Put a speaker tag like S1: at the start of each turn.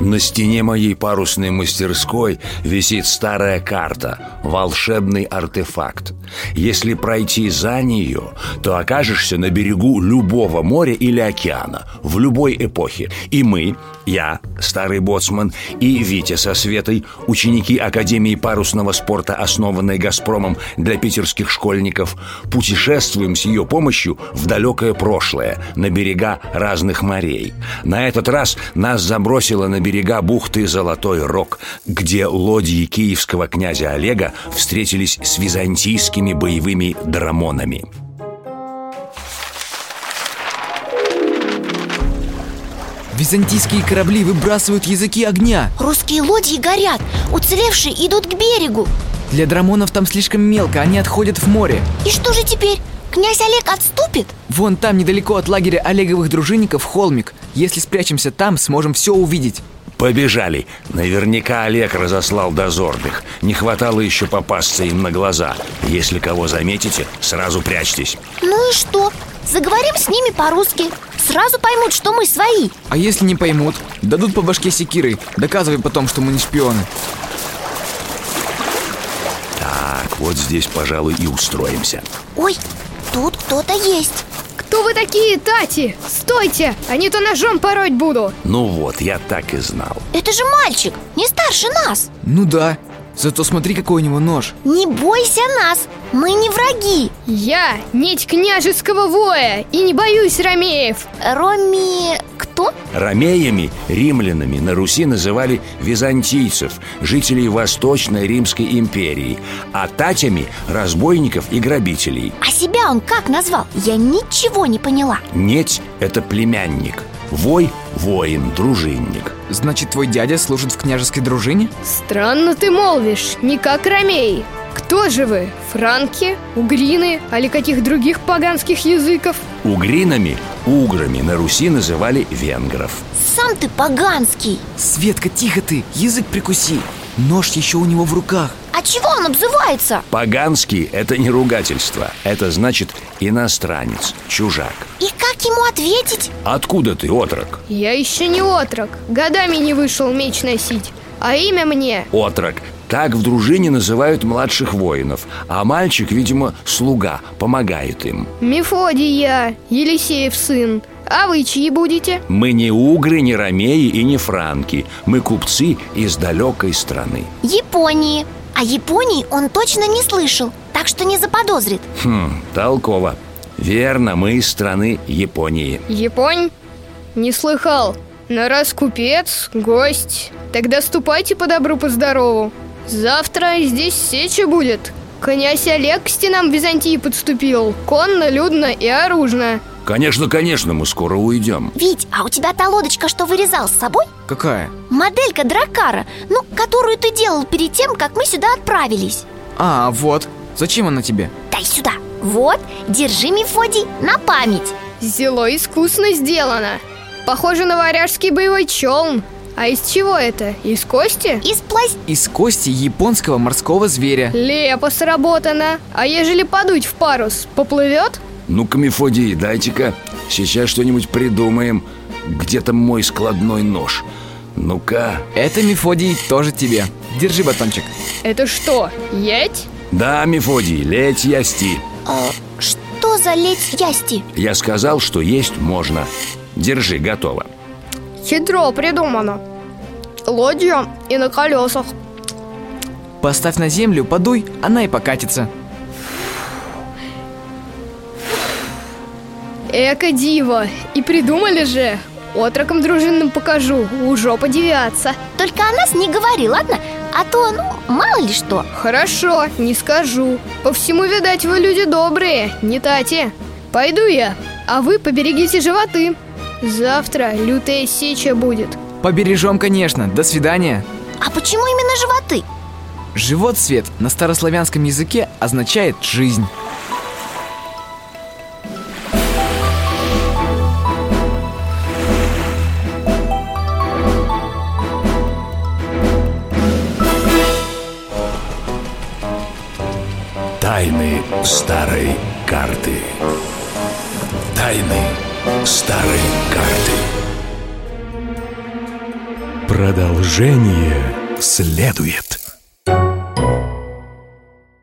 S1: На стене моей парусной мастерской висит старая карта, волшебный артефакт. Если пройти за нее, то окажешься на берегу любого моря или океана, в любой эпохе. И мы, я, старый боцман, и Витя со Светой, ученики Академии парусного спорта, основанной «Газпромом» для питерских школьников, путешествуем с ее помощью в далекое прошлое, на берега разных морей. На этот раз нас забросило на берег берега бухты Золотой Рог, где лодьи киевского князя Олега встретились с византийскими боевыми драмонами.
S2: Византийские корабли выбрасывают языки огня
S3: Русские лодьи горят, уцелевшие идут к берегу
S2: Для драмонов там слишком мелко, они отходят в море
S3: И что же теперь? Князь Олег отступит?
S2: Вон там, недалеко от лагеря Олеговых дружинников, холмик Если спрячемся там, сможем все увидеть
S1: Побежали. Наверняка Олег разослал дозорных. Не хватало еще попасться им на глаза. Если кого заметите, сразу прячьтесь.
S3: Ну и что? Заговорим с ними по-русски Сразу поймут, что мы свои
S2: А если не поймут? Дадут по башке секирой Доказывай потом, что мы не шпионы
S1: Так, вот здесь, пожалуй, и устроимся
S3: Ой, тут кто-то есть
S4: кто вы такие, Тати? Стойте, а не то ножом пороть буду
S1: Ну вот, я так и знал
S3: Это же мальчик, не старше нас
S2: Ну да, зато смотри, какой у него нож
S3: Не бойся нас, мы не враги
S4: Я нить княжеского воя и не боюсь ромеев
S3: Роми... кто?
S1: Ромеями, римлянами на Руси называли византийцев, жителей Восточной Римской империи, а татями – разбойников и грабителей.
S3: А себя он как назвал? Я ничего не поняла
S1: Неть – это племянник, вой – воин, дружинник.
S2: Значит, твой дядя служит в княжеской дружине?
S4: Странно ты молвишь, не как ромей кто же вы? Франки? Угрины? Али каких других поганских языков?
S1: Угринами, уграми на Руси называли венгров
S3: Сам ты поганский
S2: Светка, тихо ты, язык прикуси Нож еще у него в руках
S3: А чего он обзывается?
S1: Поганский – это не ругательство Это значит иностранец, чужак
S3: И как ему ответить?
S1: Откуда ты, отрок?
S4: Я еще не отрок Годами не вышел меч носить а имя мне?
S1: Отрок. Так в дружине называют младших воинов А мальчик, видимо, слуга, помогает им
S4: Мефодий я, Елисеев сын а вы чьи будете?
S1: Мы не угры, не ромеи и не франки Мы купцы из далекой страны
S3: Японии О Японии он точно не слышал Так что не заподозрит
S1: Хм, толково Верно, мы из страны Японии
S4: Японь? Не слыхал Но раз купец, гость Тогда ступайте по добру, по здорову Завтра здесь сеча будет. Князь Олег к стенам Византии подступил. Конно, людно и оружно.
S1: Конечно, конечно, мы скоро уйдем
S3: Вить, а у тебя та лодочка, что вырезал с собой?
S2: Какая?
S3: Моделька Дракара, ну, которую ты делал перед тем, как мы сюда отправились
S2: А, вот, зачем она тебе?
S3: Дай сюда Вот, держи, Мефодий, на память
S4: Зело искусно сделано Похоже на варяжский боевой челн а из чего это? Из кости?
S3: Из пласть...
S2: Из кости японского морского зверя
S4: Лепо сработано А ежели подуть в парус, поплывет?
S1: Ну-ка, Мефодий, дайте-ка Сейчас что-нибудь придумаем Где там мой складной нож? Ну-ка
S2: Это, Мефодий, тоже тебе Держи батончик
S4: Это что, едь?
S1: Да, Мефодий, ледь ясти
S3: а, Что за ледь ясти?
S1: Я сказал, что есть можно Держи, готово
S4: Хитро придумано Лодью и на колесах
S2: Поставь на землю, подуй, она и покатится
S4: Эко диво. И придумали же. Отроком дружинным покажу, уже подивятся.
S3: Только о нас не говори, ладно? А то, ну, мало ли что
S4: Хорошо, не скажу. По всему, видать, вы люди добрые, не тати. Пойду я, а вы поберегите животы. Завтра лютая сеча будет.
S2: Побережем, конечно. До свидания.
S3: А почему именно животы?
S2: Живот свет на старославянском языке означает жизнь.
S1: Тайны старой карты. Тайны старой карты. Продолжение следует.